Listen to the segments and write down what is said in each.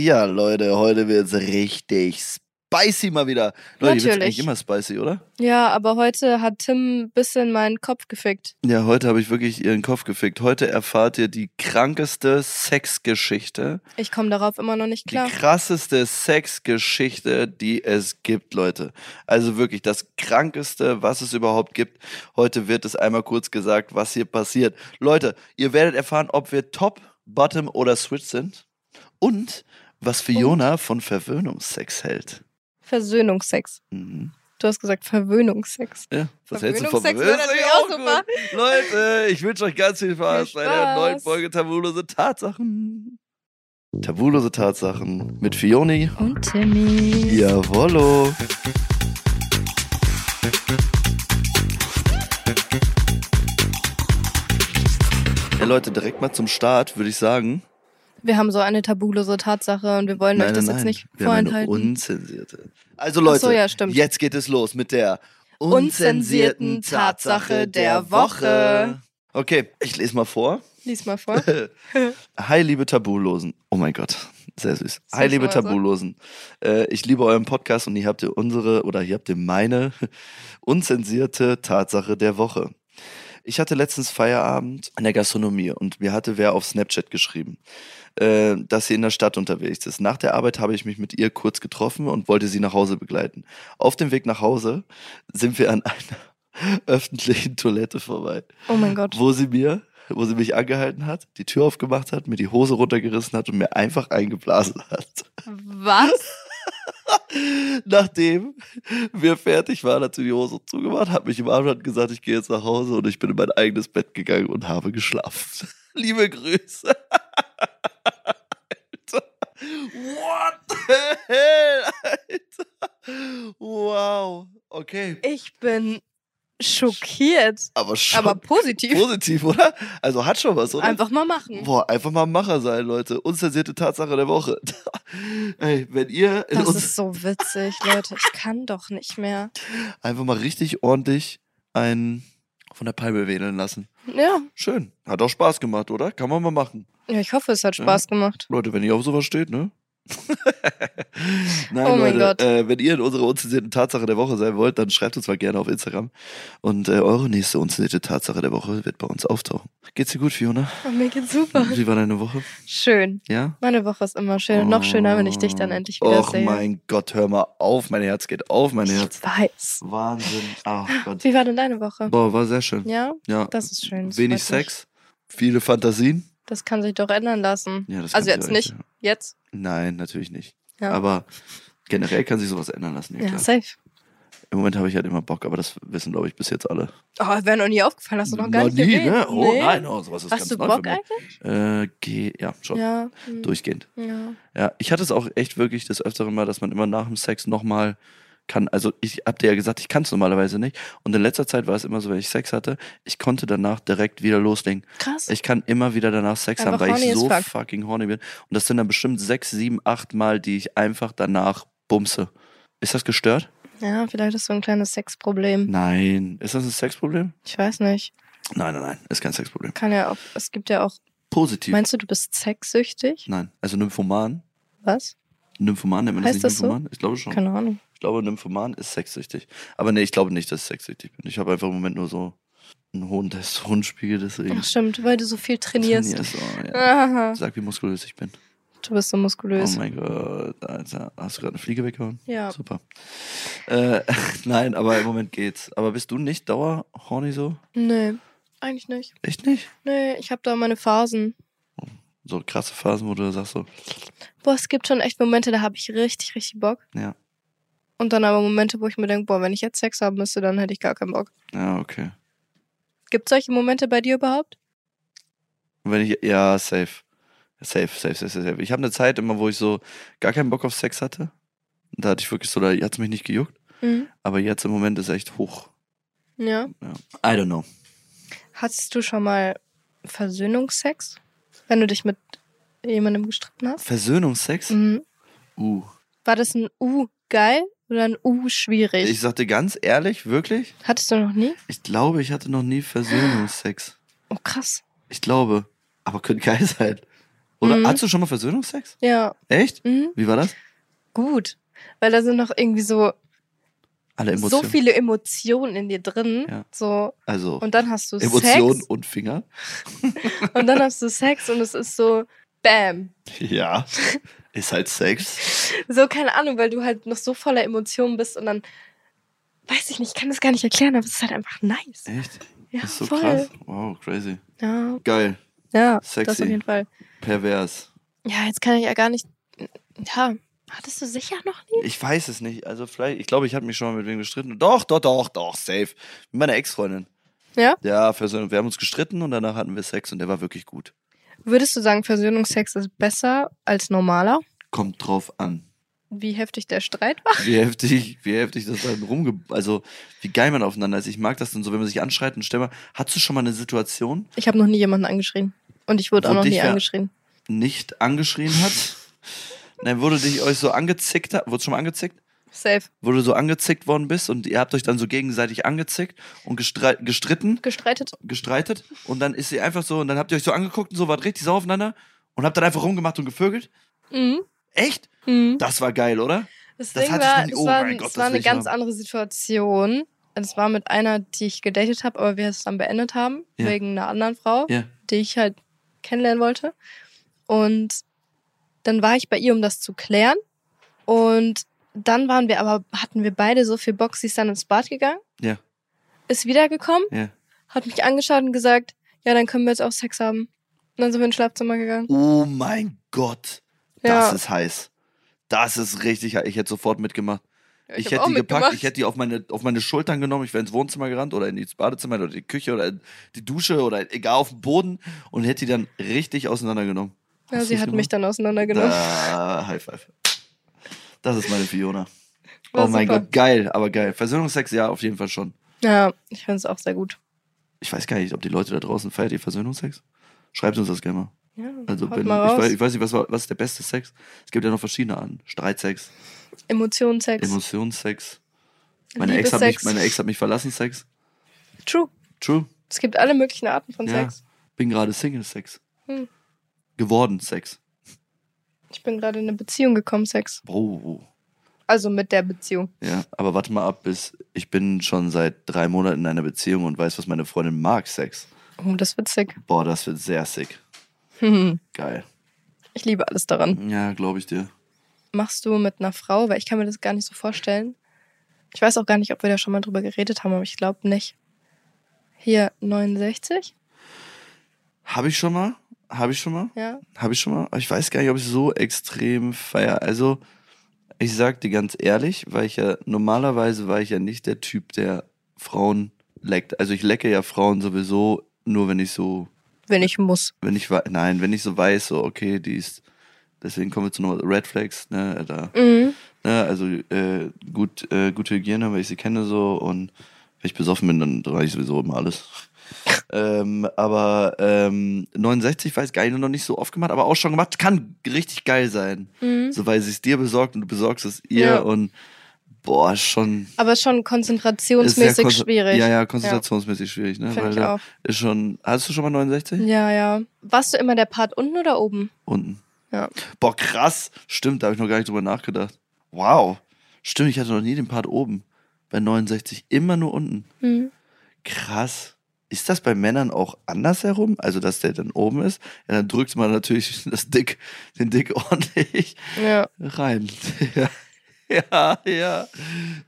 Ja, Leute, heute wird's richtig spicy mal wieder. Leute, die wird's Natürlich. eigentlich immer spicy, oder? Ja, aber heute hat Tim ein bisschen meinen Kopf gefickt. Ja, heute habe ich wirklich ihren Kopf gefickt. Heute erfahrt ihr die krankeste Sexgeschichte, Ich komme darauf immer noch nicht klar. die krasseste Sexgeschichte, die es gibt, Leute. Also wirklich das krankeste, was es überhaupt gibt. Heute wird es einmal kurz gesagt, was hier passiert. Leute, ihr werdet erfahren, ob wir Top, Bottom oder Switch sind und was Fiona von Verwöhnungsex hält. Versöhnungsex. Mhm. Du hast gesagt Verwöhnungsex. Ja, was hältst du von Verwöhnungsex wäre Verwöhnung? natürlich Ja, auch super. gut. Leute, ich wünsche euch ganz viel Spaß, Viel bei der Spaß. neuen Folge Tabulose Tatsachen. Tabulose Tatsachen mit Fioni. Und Timmy. Jawollo. Ja, Leute, direkt mal zum Start würde ich sagen. Wir haben so eine tabulose Tatsache und wir wollen euch das jetzt nicht Wir haben eine vorenthalten. unzensierte. Also Ach Leute, so, ja, stimmt. jetzt geht es los mit der Unzensierten unzensierten Tatsache Tatsache der der Woche. Okay, ich lese mal vor. Lies mal vor. Hi, liebe Tabulosen. Oh mein Gott, sehr süß. Süß, Hi, liebe also. Tabulosen. Äh, ich liebe euren Podcast und hier habt ihr unsere oder hier habt ihr meine unzensierte Tatsache der Woche. Ich hatte letztens Feierabend in der Gastronomie und mir hatte wer auf Snapchat geschrieben, äh, dass sie in der Stadt unterwegs ist. Nach der Arbeit habe ich mich mit ihr kurz getroffen und wollte sie nach Hause begleiten. Auf dem Weg nach Hause sind wir an einer öffentlichen Toilette vorbei Oh mein Gott. wo sie mir, wo sie mich angehalten hat, die Tür aufgemacht hat, mir die Hose runtergerissen hat und mir einfach eingeblasen hat. Was? Nachdem wir fertig waren, hat sie die Hose zugemacht, hat mich im Arm und gesagt, ich gehe jetzt nach Hause und ich bin in mein eigenes Bett gegangen und habe geschlafen. Liebe Grüße. Alter. What the hell, Alter. Wow. Okay. Ich bin schockiert. Aber schon Aber positiv. positiv, oder? Also hat schon was, oder? Einfach mal machen. Boah, einfach mal Macher sein, Leute. Unzensierte Tatsache der Woche. Ey, wenn ihr in Das uns ist so witzig, Leute. Ich kann doch nicht mehr. einfach mal richtig ordentlich einen von der Palme wedeln lassen. Ja, Schön. Hat auch Spaß gemacht, oder? Kann man mal machen. ja ich hoffe, es hat Ja. Spaß gemacht. Leute, wenn ihr auf sowas steht, ne? Nein, Oh mein Leute, Gott. Äh, wenn ihr in unserer unzensierten Tatsache der Woche sein wollt, dann schreibt uns mal gerne auf Instagram. Und äh, eure nächste unzensierte Tatsache der Woche wird bei uns auftauchen. Geht's dir gut, Fiona? Oh, mir geht's super. Wie war deine Woche? Schön. Ja? Meine Woche ist immer schön. Und noch schöner, wenn ich dich dann endlich wieder Oh, Och sehe. mein Gott, hör mal auf, mein Herz geht auf, mein Herz. Ich weiß. Wahnsinn. Ach Gott. Wie war denn deine Woche? Boah, war sehr schön. Ah. Ja, Ja. das ist schön. Das Wenig freut mich. Sex, viele Fantasien. Das kann sich doch ändern lassen. Ja, das Also kann jetzt sich- nicht. Jetzt? Nein, natürlich nicht. Ja. Aber generell kann sich sowas ändern lassen. Ja, ja, klar. safe. Im Moment habe ich halt immer Bock, aber das wissen, glaube ich, bis jetzt alle. Oh, wäre noch nie aufgefallen. Hast du noch gar Na, nicht nie, erwähnt. ne? Oh Nee. nein, oh, sowas ist ganz Hast du neu Bock für mich. Äh, eigentlich? geh, ja, schon. Ja. hm, Durchgehend. Ja. Ja, ich hatte es auch echt wirklich des Öfteren mal, dass man immer nach dem Sex nochmal kann. Also, ich hab dir ja gesagt, ich kann es normalerweise nicht. Und in letzter Zeit war es immer so, wenn ich Sex hatte, ich konnte danach direkt wieder loslegen. Krass. Ich kann immer wieder danach Sex Einfach haben, weil horny ich as so fuck. fucking horny bin. Und das sind dann bestimmt sechs, sieben, acht Mal, die ich einfach danach bumse. Ist das gestört? ja, vielleicht ist so ein kleines Hm. Sexproblem. Nein. Ist das ein Sexproblem? Ich weiß nicht. Nein, nein, nein. Ist kein Sexproblem. Kann ja auch, es gibt ja auch. Positiv. Meinst du, du bist sexsüchtig? nein. Also Nymphoman. Was? Nymphoman nennt man Heißt das das nicht so? Nymphoman? Ich glaube schon. Keine Ahnung. Ich glaube, Nymphoman ist sexsüchtig. Aber nee, ich glaube nicht, dass ich sexsüchtig bin. Ich habe einfach im Moment nur so einen hohen Test- hohen Spiegel, deswegen. Ach, stimmt, weil du so viel trainierst. trainierst. Oh, ja. Aha. Sag, wie muskulös ich bin. Du bist so muskulös. Oh mein Gott, Alter. Hast du gerade eine Fliege weggehauen? ja. Super. Äh, nein, aber im Moment geht's. Aber bist du nicht dauerhorny so? Nee, eigentlich nicht. Echt nicht? Nee, ich habe da meine Phasen. So krasse Phasen, wo du sagst so, Boah, es gibt schon echt Momente, da habe ich richtig, richtig Bock. Ja. Und dann aber Momente, wo ich mir denke, boah, wenn ich jetzt Sex haben müsste, dann hätte ich gar keinen Bock. ja, okay. Gibt solche Momente bei dir überhaupt? Und wenn ich, ja, safe. Safe, safe, safe, safe. safe. Ich habe eine Zeit immer, wo ich so gar keinen Bock auf Sex hatte. Da hatte ich wirklich so, da hat's mich nicht gejuckt. Mhm. Aber jetzt im Moment ist echt hoch. Ja. Ja. I don't know. Hattest du schon mal Versöhnungsex? Wenn du dich mit jemandem gestritten hast? Versöhnungsex? Mhm. Uh. War das ein U geil oder ein U schwierig? Ich sagte ganz ehrlich, wirklich, Hattest du noch nie? ich glaube, ich hatte noch nie Versöhnungsex. Oh, krass. Ich glaube. Aber könnte geil sein. Oder Mhm. hast du schon mal Versöhnungsex? Ja. Echt? Mhm. Wie war das? Gut. Weil da sind noch irgendwie so, Alle so Emotionen. viele Emotionen in dir drin. Ja. So. also Und dann hast du Emotionen Sex. und Finger. Und dann hast du Sex und es ist so, bam. Ja. Ist halt Sex. So, keine Ahnung, weil du halt noch so voller Emotionen bist und dann, weiß ich nicht, ich kann das gar nicht erklären, aber es ist halt einfach nice. Echt? Ja, ist so voll. krass. Wow, crazy. Ja, Geil. ja das Sexy. auf jeden Fall. Pervers. Ja, jetzt kann ich ja gar nicht. Ja, hattest du sicher noch nie? Ich weiß es nicht. Also vielleicht, ich glaube, ich habe mich schon mal mit wem gestritten. Doch, doch, doch, doch, safe. Mit meiner Ex-Freundin. Ja? Ja, Versöhnung. Wir haben uns gestritten und danach hatten wir Sex und der war wirklich gut. Würdest du sagen, Versöhnungsex ist besser als normaler? Kommt drauf an. Wie heftig der Streit war? Wie heftig, wie heftig das dann rumge... Also, wie geil man aufeinander ist. Ich mag das dann so, wenn man sich anschreit und stell mal, hattest du schon mal eine Situation, Ich habe noch nie jemanden angeschrien. Und ich wurde auch Und noch dich, nie ja. angeschrien. nicht angeschrien hat? Nein, wurde dich euch so angezickt, hat- wurde schon mal angezickt? Safe. Wo du so angezickt worden bist und ihr habt euch dann so gegenseitig angezickt und gestre gestritten Gestreitet? gestreitet und dann ist sie einfach so und dann habt ihr euch so angeguckt und so wart richtig sauer aufeinander und habt dann einfach rumgemacht und gevögelt. Mhm. Echt? Mhm. Das war geil, oder? Das, das Ding hatte ich war, noch nie. es Oh war, mein Gott, das es war will eine ich ganz haben. andere Situation. Es war mit einer, die ich gedatet habe, aber wir es dann beendet haben, Ja. wegen einer anderen Frau, Ja. die ich halt kennenlernen wollte. Und dann war ich bei ihr, um das zu klären. Und dann waren wir aber, hatten wir beide so viel Bock, sie ist dann ins Bad gegangen. Ja. Ist wiedergekommen, Ja. hat mich angeschaut und gesagt, ja, dann können wir jetzt auch Sex haben. Und dann sind wir ins Schlafzimmer gegangen. Oh mein Gott. Das Ja, ist heiß. Das ist richtig heiß. Ich hätte sofort mitgemacht. Ja, Ich, hab hätte auch die gepackt, mitgemacht. ich hätte die auf meine, auf meine Schultern genommen, ich wäre ins Wohnzimmer gerannt oder in ins Badezimmer oder die Küche oder in die Dusche oder egal auf den Boden und hätte die dann richtig auseinandergenommen. ja, Hast sie du's hat mich gemacht? dann auseinandergenommen. Da, High Five. Das ist meine Fiona. War oh mein super. Gott, geil, aber geil. Versöhnungsex, ja, auf jeden Fall schon. Ja, ich fand es auch sehr gut. ich weiß gar nicht, ob die Leute da draußen feiert ihr Versöhnungsex? Schreibt uns das gerne mal. Ja, Also haut wenn, ich, mal raus. weiß, ich weiß nicht, was, war, was ist der beste Sex? Es gibt ja noch verschiedene Arten. Streitsex, Emotionensex. Emotionssex. Meine Ex, hat Liebessex. mich, meine Ex hat mich verlassen, Sex. True. True. Es gibt alle möglichen Arten von Ja. Sex. Bin gerade Single, Sex. Hm. Geworden, Sex. Ich bin gerade in eine Beziehung gekommen, Sex. Oh. Also mit der Beziehung. Ja, aber warte mal ab, bis ich bin schon seit drei Monaten in einer Beziehung und weiß, was meine Freundin mag, Sex. Oh, das wird sick. Boah, das wird sehr sick. Hm. Geil. Ich liebe alles daran. Ja, glaube ich dir. Machst du mit einer Frau, weil ich kann mir das gar nicht so vorstellen. Ich weiß auch gar nicht, ob wir da schon mal drüber geredet haben, aber ich glaube nicht. Hier 69, Habe ich schon mal? Habe ich schon mal? ja. Habe ich schon mal. Aber Ich weiß gar nicht, ob ich so extrem feier. Also, ich sag dir ganz ehrlich, weil ich ja normalerweise war ich ja nicht der Typ, der Frauen leckt. Also ich lecke ja Frauen sowieso nur, wenn ich so, Wenn ich muss. wenn ich wei- nein, wenn ich so weiß, so okay, die ist. Deswegen kommen wir zu nochmal Red Flags, ne, da, Mhm. ne, also äh, gut, äh, gute Hygiene, weil ich sie kenne so und wenn ich besoffen bin, dann drehe ich sowieso immer alles. ähm, aber ähm, 69 weiß geil, noch nicht so oft gemacht, aber auch schon gemacht, kann richtig geil sein. Mhm. So, weil sie es dir besorgt und du besorgst es ihr Ja. und boah, schon. Aber ist schon sehr konzentrationsmäßig konzen- schwierig. Ja, ja, konzentrationsmäßig schwierig, ne? Finde Weil ich da auch. ist schon. Hast du schon mal 69? Ja, ja. Warst du immer der Part unten oder oben? Unten. Ja. Boah, krass. Stimmt, da habe ich noch gar nicht drüber nachgedacht. Wow. Stimmt, ich hatte noch nie den Part oben. Bei 69 immer nur unten. Mhm. Krass. Ist das bei Männern auch andersherum? Also, dass der dann oben ist? Ja, dann drückt man natürlich das Dick, den Dick ordentlich Ja. rein. ja. ja, ja.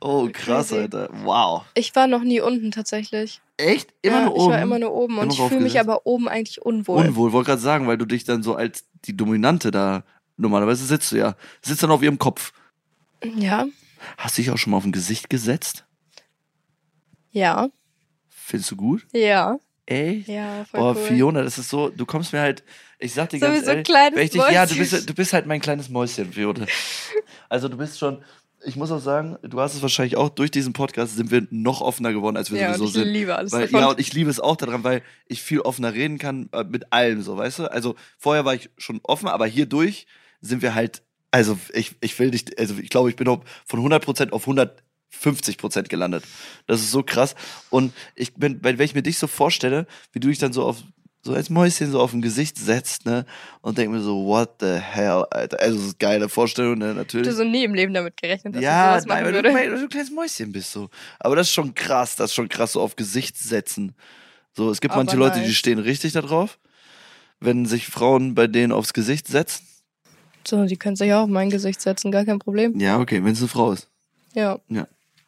Oh, krass, Crazy. Alter. Wow. Ich war noch nie unten tatsächlich. Echt? Immer ja, nur oben? Ich war immer nur oben Immer und ich fühle mich raufgesetzt. aber oben eigentlich unwohl. Unwohl, wollte gerade sagen, weil du dich dann so als die Dominante da, normalerweise sitzt du ja, sitzt dann auf ihrem Kopf. Ja, Hast du dich auch schon mal auf ein Gesicht gesetzt? ja, Findest du gut? ja, Echt? ja, voll Oh, cool. Fiona, das ist so, du kommst mir halt, ich sag dir So wie ganz so ein ehrlich, kleines wenn ich dich, ja, du Mäuschen. bist, du bist halt mein kleines Mäuschen, Fiona. Also du bist schon, ich muss auch sagen, du hast es wahrscheinlich auch, durch diesen Podcast sind wir noch offener geworden, als wir ja, und sowieso ich sind. liebe alles Weil, davon. ja, und ich liebe es auch daran, weil ich viel offener reden kann äh, mit allem, so, weißt du? Also vorher war ich schon offen, aber hierdurch sind wir halt, also ich, ich will nicht, also ich glaube, ich bin auch von 100% auf 150% gelandet. Das ist so krass. Und ich bin, wenn, wenn ich mir dich so vorstelle, wie du dich dann so auf so als Mäuschen so auf dem Gesicht setzt, ne? Und denke mir so, what the hell, Alter. Also, das ist eine geile Vorstellung, ne? Du Natürlich. hast so nie im Leben damit gerechnet, dass Ja, ich sowas nein, machen weil würde. du, weil du ein kleines Mäuschen bist so. Aber das ist schon krass, das ist schon krass, so auf Gesicht setzen. So, es gibt Aber manche Leute, die nice. stehen richtig da drauf, wenn sich Frauen bei denen aufs Gesicht setzen. So, die können sich auch auf mein Gesicht setzen, gar kein Problem. Ja, okay, wenn es eine Frau ist. Ja.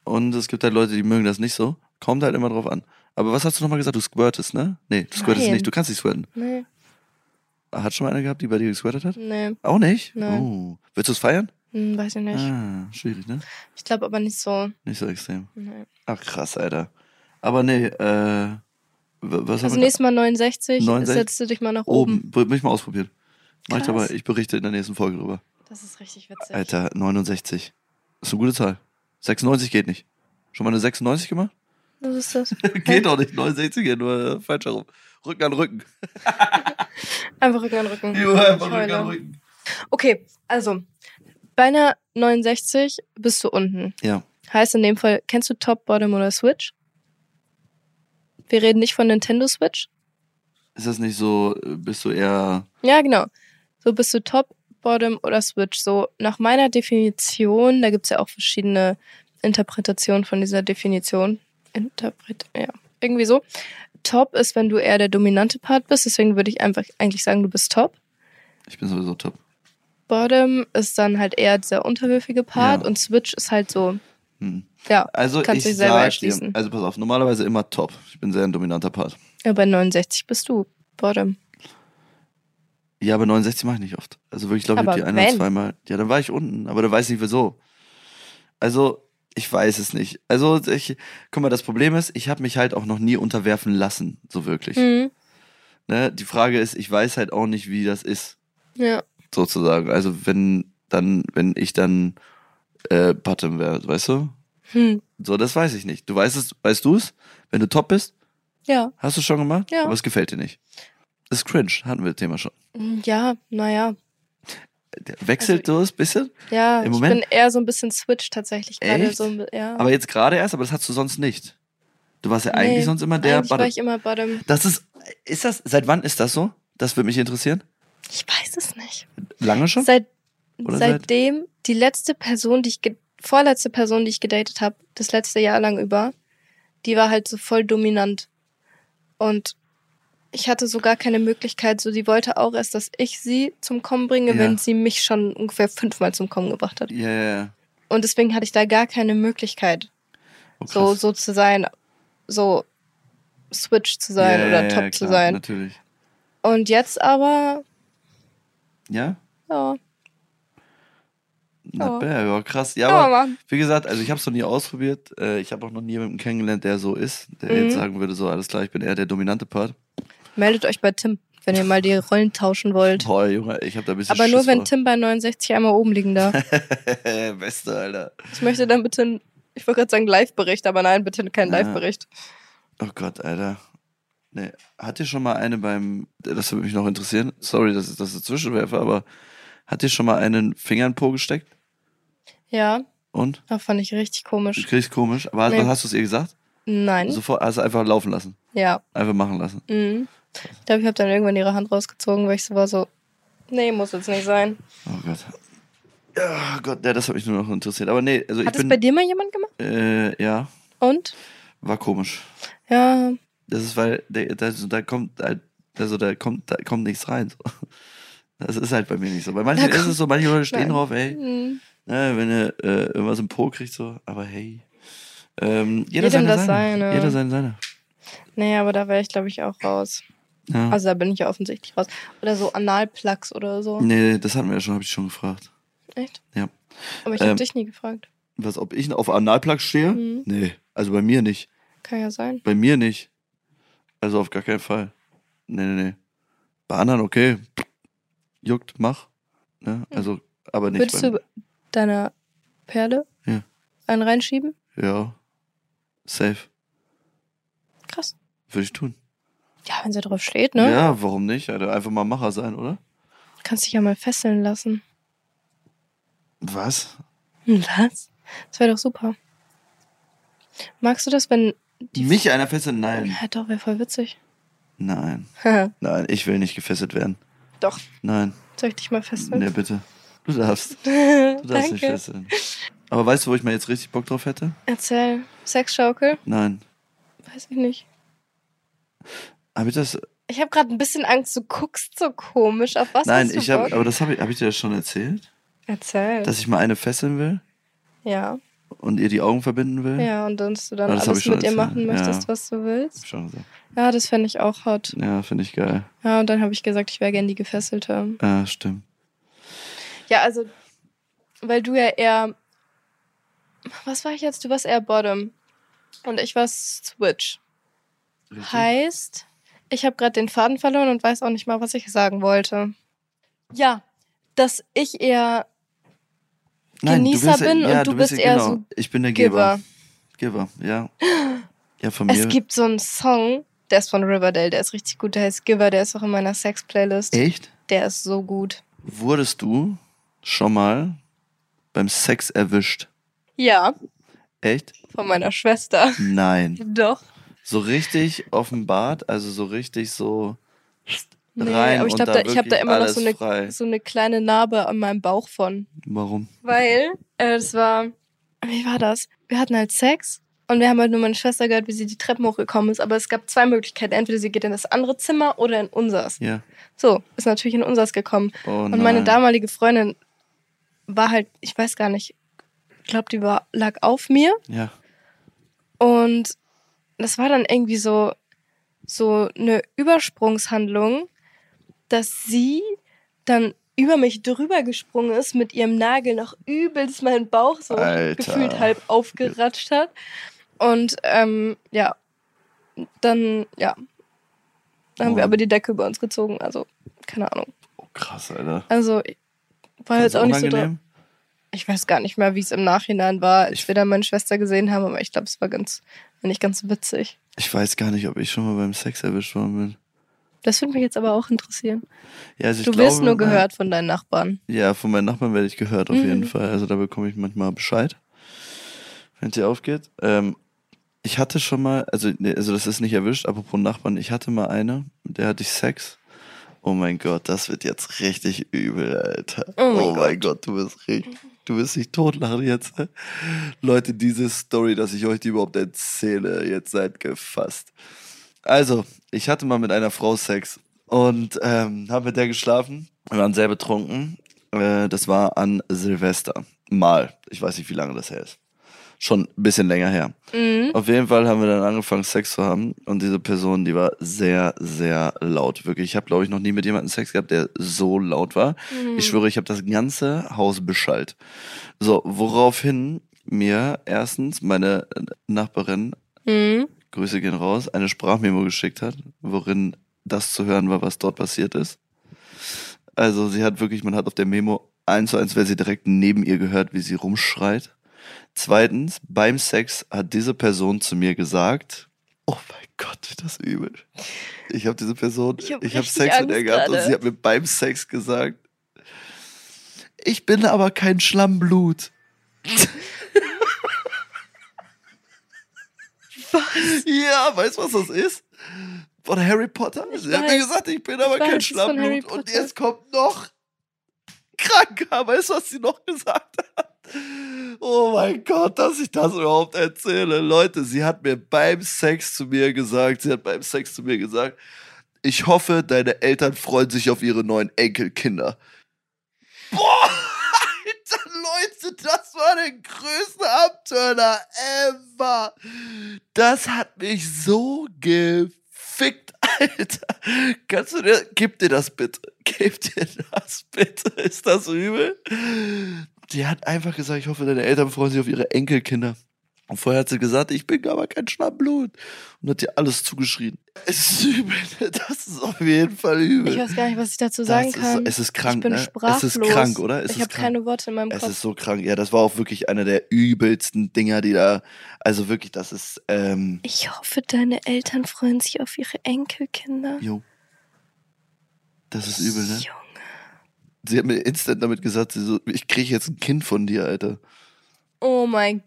Und es gibt halt Leute, die mögen das nicht so. Kommt halt immer drauf an. Aber was hast du nochmal gesagt? Du squirtest, ne? Nee, du squirtest Nein. nicht. Du kannst nicht squirten. Nee, Hat schon mal einer gehabt, die bei dir gesquirtet hat? nee, Auch nicht? Nein. Oh. Willst du es feiern? hm, weiß ich nicht. Ah, schwierig, ne? Ich glaube aber nicht so. Nicht so extrem. Nee. Ach, krass, Alter. Aber nee, äh, w- was haben Also wir? nächstes Mal 69, 69? setzt du dich mal nach oben. Oben. Bin ich mal ausprobiert. Mach ich Krass. dabei. Ich berichte in der nächsten Folge drüber. Das ist richtig witzig. Alter, 69. Ist eine gute Zahl. 96 geht nicht. Schon mal eine 96 gemacht? Was ist das? geht doch nicht. 69 geht nur äh, falsch herum. Rücken an Rücken. Einfach Rücken an Rücken. Jo, einfach Ich Rücken an heule. Rücken. Okay, also bei einer 69 bist du unten. Ja. Heißt in dem Fall, kennst du Top, Bottom oder Switch? Wir reden nicht von Nintendo Switch. Ist das nicht so, äh, bist du eher. Ja, genau. So bist du Top, Bottom oder Switch. So nach meiner Definition, da gibt's ja auch verschiedene Interpretationen von dieser Definition. Interpret, ja, irgendwie so. Top ist, wenn du eher der dominante Part bist, deswegen würde ich einfach eigentlich sagen, du bist Top. Ich bin sowieso top. Bottom ist dann halt eher dieser unterwürfige Part Ja. und Switch ist halt so, Hm. ja, Also Kannst ich dich selber sag dir, erschließen. also pass auf, normalerweise immer top. Ich bin sehr ein dominanter Part. ja, bei 69 bist du Bottom. Ja, aber 69 mache ich nicht oft. Also wirklich, glaube ich, Aber die ein oder wenn? zweimal. Ja, dann war ich unten, aber dann weiß ich nicht wieso. Also, ich weiß es nicht. Also, ich, guck mal, das Problem ist, ich habe mich halt auch noch nie unterwerfen lassen, so wirklich. Mhm. Ne? Die Frage ist, ich weiß halt auch nicht, wie das ist, Ja, sozusagen. Also, wenn dann, wenn ich dann äh, Bottom wäre, weißt du? hm. So, das weiß ich nicht. Du weißt es, weißt du es? Wenn du top bist, ja, Hast du schon gemacht? Ja. Aber es gefällt dir nicht. Ist cringe, hatten wir das Thema schon. Äh, Hm, ja, naja, Wechselt Also du es ein bisschen? ja, Im ich Moment- bin eher so ein bisschen Switch tatsächlich gerade Echt? so, ein bi- ja. Aber jetzt gerade erst, aber das hast du sonst nicht. Du warst ja eigentlich Nee, sonst immer der Eigentlich war Bottom. ich immer Bottom. Das ist, ist das, seit wann ist das so? Das würde mich interessieren. Ich weiß es nicht. Lange schon? Seit, Oder seit- seitdem die letzte Person, die ich, ge- vorletzte Person, die ich gedatet habe, das letzte Jahr lang über, die war halt so voll dominant. Und ich hatte so gar keine Möglichkeit, so die wollte auch erst, dass ich sie zum Kommen bringe, Ja. wenn sie mich schon ungefähr fünfmal zum Kommen gebracht hat. Ja, ja, ja. Und deswegen hatte ich da gar keine Möglichkeit, Oh, so, krass. so zu sein, so Switch zu sein Ja, oder ja, Top ja, zu klar, sein. Natürlich. Und jetzt aber, Ja? ja, Not Ja. bad. Ja, krass. Ja, ja, aber Mama. Wie gesagt, also ich habe es noch nie ausprobiert. Äh, Ich habe auch noch nie jemanden kennengelernt, der so ist, der Mhm. jetzt sagen würde, so alles klar, ich bin eher der dominante Part. Meldet euch bei Tim, wenn ihr mal die Rollen tauschen wollt. Boah, Junge, ich habe da ein bisschen Aber nur, Schiss wenn vor. Tim bei 69 einmal oben liegen darf. Beste, Alter. Ich möchte dann bitte, einen- ich wollte gerade sagen Live-Bericht, aber nein, bitte kein Ja. Live-Bericht. Oh Gott, Alter. Nee. Hat dir schon mal eine beim. Das würde mich noch interessieren. Sorry, dass ich das dazwischen werfe, aber hat dir schon mal einen Finger in den Po gesteckt? Ja, Und? das fand ich richtig Du komisch. kriegst komisch. Aber Nee. hast- hast du es ihr gesagt? Nein, Sofort hast du einfach laufen lassen. ja. Einfach machen lassen. Mhm. Ich glaube, ich habe dann irgendwann ihre Hand rausgezogen, weil ich so war so, nee, muss jetzt nicht sein. Oh Gott. Ja, Gott, ja, das hat mich nur noch interessiert. Aber nee, also Hat ich das bei bin. dir mal jemand gemacht? Äh, ja, Und? war komisch. Ja, Das ist, weil der- da, da kommt halt, also da kommt, da kommt nichts rein. So. Das ist halt bei mir nicht so. Bei manchen Da ist es so, manche Leute stehen Nein. drauf, ey. mhm. Ne, wenn er äh, irgendwas im Po kriegt, so, aber hey. Ähm, jeder Jedem seine, das seine. seine. Jeder seine, seine. nee, aber da wäre ich, glaube ich, auch raus. Ja. Also da bin ich ja offensichtlich raus. Oder so Analplugs oder so. nee, das hatten wir ja schon, habe ich schon gefragt. Echt? Ja. Aber ich habe Ähm. dich nie gefragt. Was, ob ich auf Analplug stehe? Mhm. Nee, also bei mir nicht. Kann ja sein. Bei mir nicht. Also auf gar keinen Fall. Nee, nee, nee. Bei anderen, okay. Juckt, mach. Ne? Also, aber nicht Mhm. Würdest bei du deiner Perle Ja. einen reinschieben? mir. Ja. Safe. Krass. Würde ich tun. Ja, wenn sie drauf steht, ne? Ja, warum nicht? Alter, einfach mal Macher sein, oder? Kannst dich ja mal fesseln lassen. Was? Was? Das wäre doch super. Magst du das, wenn. Mich einer fesselt? Nein. Ja, doch, wäre voll witzig. Nein, Haha, nein, ich will nicht gefesselt werden. Doch, Nein, soll ich dich mal nee, festhalten? bitte. Du darfst. Du darfst nicht Danke. fesseln. Aber weißt du, wo ich mir jetzt richtig Bock drauf hätte? Erzähl. Sexschaukel? Nein. Weiß ich nicht. Habe ich das? Ich habe gerade ein bisschen Angst, du guckst so komisch. Auf was Nein, hast du ich habe, Bock? aber das habe ich, hab ich dir das schon erzählt? Erzähl. Dass ich mal eine fesseln will ja. und ihr die Augen verbinden will? ja, und dass du dann Ah, das hab alles ich schon mit ihr erzählt, machen ja. möchtest, was du willst. Hab Schon gesagt. Ja, das fände ich auch hot. Ja, finde ich geil. Ja, und dann habe ich gesagt, ich wäre gern die Gefesselte. Ja, stimmt. Ja, also, weil du ja eher. Was war ich jetzt? Du warst eher Bottom. Und ich war Switch. Richtig? Heißt, ich habe gerade den Faden verloren und weiß auch nicht mal, was ich sagen wollte. Ja, dass ich eher. Genießer ja- bin und du bist bist ja- genau. eher so Ich bin der Giver. Geber. Geber, ja. Ja, von mir. Es gibt so einen Song, der ist von Riverdale, der ist richtig gut, der heißt Giver, der ist auch in meiner Sex-Playlist. Echt? Der ist so gut. Wurdest du schon mal beim Sex erwischt? Ja, Echt? von meiner Schwester. Nein. Doch. So richtig offenbart, also so richtig so Nee, rein. aber ich und glaube, da da, ich habe da wirklich immer noch alles so eine, Frei. so eine kleine Narbe an meinem Bauch von. Warum? Weil äh, es war, wie war das? Wir hatten halt Sex und wir haben halt nur meine Schwester gehört, wie sie die Treppen hochgekommen ist. Aber es gab zwei Möglichkeiten. Entweder sie geht in das andere Zimmer oder in unsers. Ja. So, ist natürlich in unsers gekommen. Oh, Und nein. meine damalige Freundin war halt, ich weiß gar nicht, ich glaube, die war, lag auf mir. Ja. Und das war dann irgendwie so, so eine Übersprungshandlung, dass sie dann über mich drüber gesprungen ist, mit ihrem Nagel noch übelst meinen Bauch so Alter. gefühlt halb aufgeratscht hat. Und ähm, ja, dann, ja. Dann haben wir Oh. aber die Decke über uns gezogen, also keine Ahnung. Oh, krass, Alter. Also ich war Fand's jetzt auch nicht so da. unangenehm? Ich weiß gar nicht mehr, wie es im Nachhinein war, als Ich- wir dann meine Schwester gesehen haben, aber ich glaube, es war ganz, nicht ganz witzig. Ich weiß gar nicht, ob ich schon mal beim Sex erwischt worden bin. Das würde mich jetzt aber auch interessieren. Ja, also ich du glaube, wirst nur gehört von deinen Nachbarn. Ja, von meinen Nachbarn werde ich gehört, auf Mhm. jeden Fall. Also da bekomme ich manchmal Bescheid, wenn die aufgeht. Ähm, ich hatte schon mal, also, nee, also das ist nicht erwischt, apropos Nachbarn, ich hatte mal eine, mit der hatte ich Sex. Oh mein Gott, das wird jetzt richtig übel, Alter. Oh mein Gott, du bist richtig, du wirst dich totlachen jetzt. ne? Leute, diese Story, dass ich euch die überhaupt erzähle, jetzt seid gefasst. Also, ich hatte mal mit einer Frau Sex und ähm, habe mit der geschlafen. Wir waren sehr betrunken. Äh, das war an Silvester. Mal. Ich weiß nicht, wie lange das her ist. Schon ein bisschen länger her. Mhm. Auf jeden Fall haben wir dann angefangen, Sex zu haben. Und diese Person, die war sehr, sehr laut. Wirklich. Ich habe, glaube ich, noch nie mit jemandem Sex gehabt, der so laut war. Mhm. Ich schwöre, ich habe das ganze Haus beschallt. So, woraufhin mir erstens meine Nachbarin Mhm. Grüße gehen raus, eine Sprachmemo geschickt hat, worin das zu hören war, was dort passiert ist. Also sie hat wirklich, man hat auf der Memo eins zu eins, wäre sie direkt neben ihr gehört, wie sie rumschreit. Zweitens, beim Sex hat diese Person zu mir gesagt, oh mein Gott, wird das übel. Ich habe diese Person, Ich ich hab habe richtig Sex mit ihr Angst gehabt gerade. und sie hat mir beim Sex gesagt, ich bin aber kein Schlammblut. Was? Ja, weißt du, was das ist? Von Harry Potter? Ich Sie hat mir weiß. gesagt, ich bin aber Ich kein weiß, es ist von Harry Schlammblut. Und Potter. jetzt kommt noch kranker. Weißt du, was sie noch gesagt hat? Oh mein Gott, dass ich das überhaupt erzähle. Leute, sie hat mir beim Sex zu mir gesagt, sie hat beim Sex zu mir gesagt, ich hoffe, deine Eltern freuen sich auf ihre neuen Enkelkinder. Boah, Alter, Leute, das war der größte Abturner ever. Das hat mich so gefickt, Alter. Kannst du dir, gib dir das bitte. Gib dir das bitte. Ist das übel? Die hat einfach gesagt, ich hoffe, deine Eltern freuen sich auf ihre Enkelkinder. Und vorher hat sie gesagt, ich bin aber kein Schlammblut. Und hat dir alles zugeschrien. Es ist übel. ne? Das ist auf jeden Fall übel. Ich weiß gar nicht, was ich dazu Das sagen ist- kann. es ist krank, ich bin ne? sprachlos. Es ist krank, oder? Es ich ist habe krank. keine Worte in meinem Es Kopf. ist so krank. Ja, das war auch wirklich einer der übelsten Dinger, die da. Also wirklich, das ist. Ähm, ich hoffe, deine Eltern freuen sich auf ihre Enkelkinder. jo. Das ist übel, ne? Junge. Sie hat mir instant damit gesagt, sie so, ich kriege jetzt ein Kind von dir, Alter. Oh mein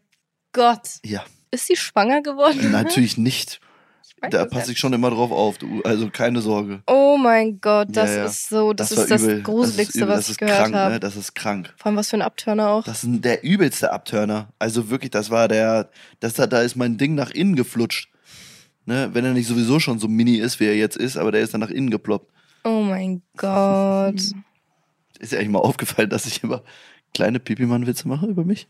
Gott. Ja, Ist sie schwanger geworden? natürlich nicht. Ich Mhm. weiß Da es passe nicht. ich schon immer drauf auf, du. Also keine Sorge. Oh mein Gott, das Ja, ja. ist so, das, war ist das übel. ist Gruseligste, übel. was das ich ist gehört krank, habe. Ne? Das ist krank. Vor allem was für ein Abturner auch. Das ist der übelste Abturner. Also wirklich, das war der, das da, da ist mein Ding nach innen geflutscht. Ne? Wenn er nicht sowieso schon so mini ist, wie er jetzt ist, aber der ist dann nach innen geploppt. Oh mein Gott. Mhm. Ist dir eigentlich mal aufgefallen, dass ich immer kleine Pipimann-Witze mache über mich?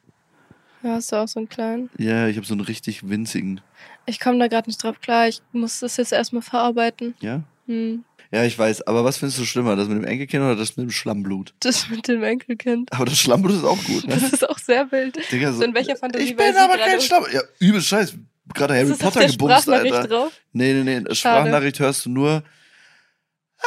Ja, hast du auch so einen kleinen? Ja, ich habe so einen richtig winzigen. Ich komme da gerade nicht drauf klar. Ich muss das jetzt erstmal verarbeiten. Ja? Hm. Ja, ich weiß. Aber was findest du schlimmer, das mit dem Enkelkind oder das mit dem Schlammblut? Das mit dem Enkelkind. Aber das Schlammblut ist auch gut, ne? Das ist auch sehr wild. Digga, So in welcher Fantasie ich war bin sie aber gerade? um- kein Schlammblut. Ja, übel Scheiß. Gerade Harry das ist auf Potter der gebumst, Sprachnachricht Alter. drauf. Nee, nee, nee. Sprachnachricht hörst du nur. Das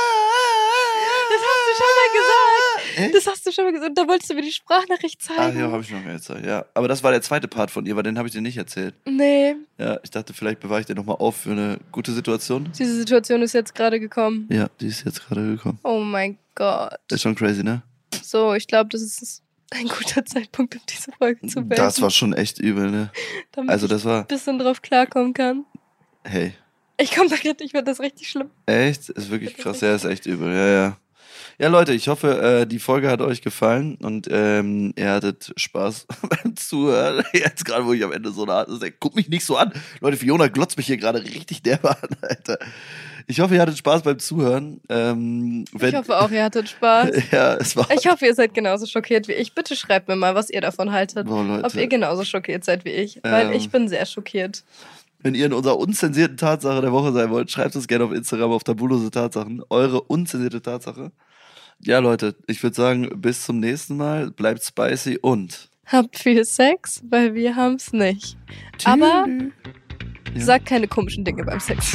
hast du schon mal gesagt. Echt? Das hast du schon mal gesagt. Da wolltest du mir die Sprachnachricht Ah, zeigen. ja, habe ich noch mehr erzählt, ja. Aber das war der zweite Part von ihr, weil den habe ich dir nicht erzählt. Nee, Ja, ich dachte, vielleicht bewahre ich den nochmal auf für eine gute Situation. diese Situation ist jetzt gerade gekommen. Ja, die ist jetzt gerade gekommen. Oh mein Gott. Das ist schon crazy, ne? So, ich glaube, das ist ein guter Zeitpunkt, um diese Folge zu beenden. Das war schon echt übel, ne? damit Also, ich das war, ein bisschen drauf klarkommen kann. hey, Ich komme da gerade, ich werde das richtig schlimm. echt? Ist wirklich krass. Ja, ist echt übel, ja, ja. Ja, Leute, ich hoffe, äh, die Folge hat euch gefallen und ähm, ihr hattet Spaß beim Zuhören. Jetzt gerade, wo ich am Ende so nah sage, guck mich nicht so an. Leute, Fiona glotzt mich hier gerade richtig derbe an, Alter. Ich hoffe, ihr hattet Spaß beim Zuhören. Ähm, wenn, Ich hoffe auch, ihr hattet Spaß. Ja, es war. Ich hoffe, ihr seid genauso schockiert wie ich. Bitte schreibt mir mal, was ihr davon haltet. Boah, Ob ihr Leute, genauso schockiert seid wie ich. Weil Ähm. ich bin sehr schockiert. wenn ihr in unserer unzensierten Tatsache der Woche sein wollt, schreibt es gerne auf Instagram auf Tabulose Tatsachen. Eure unzensierte Tatsache. Ja, Leute, ich würde sagen, bis zum nächsten Mal. Bleibt spicy und. Habt viel Sex, weil wir haben's nicht. Aber- Tschüss. Ja. Sagt keine komischen Dinge beim Sex.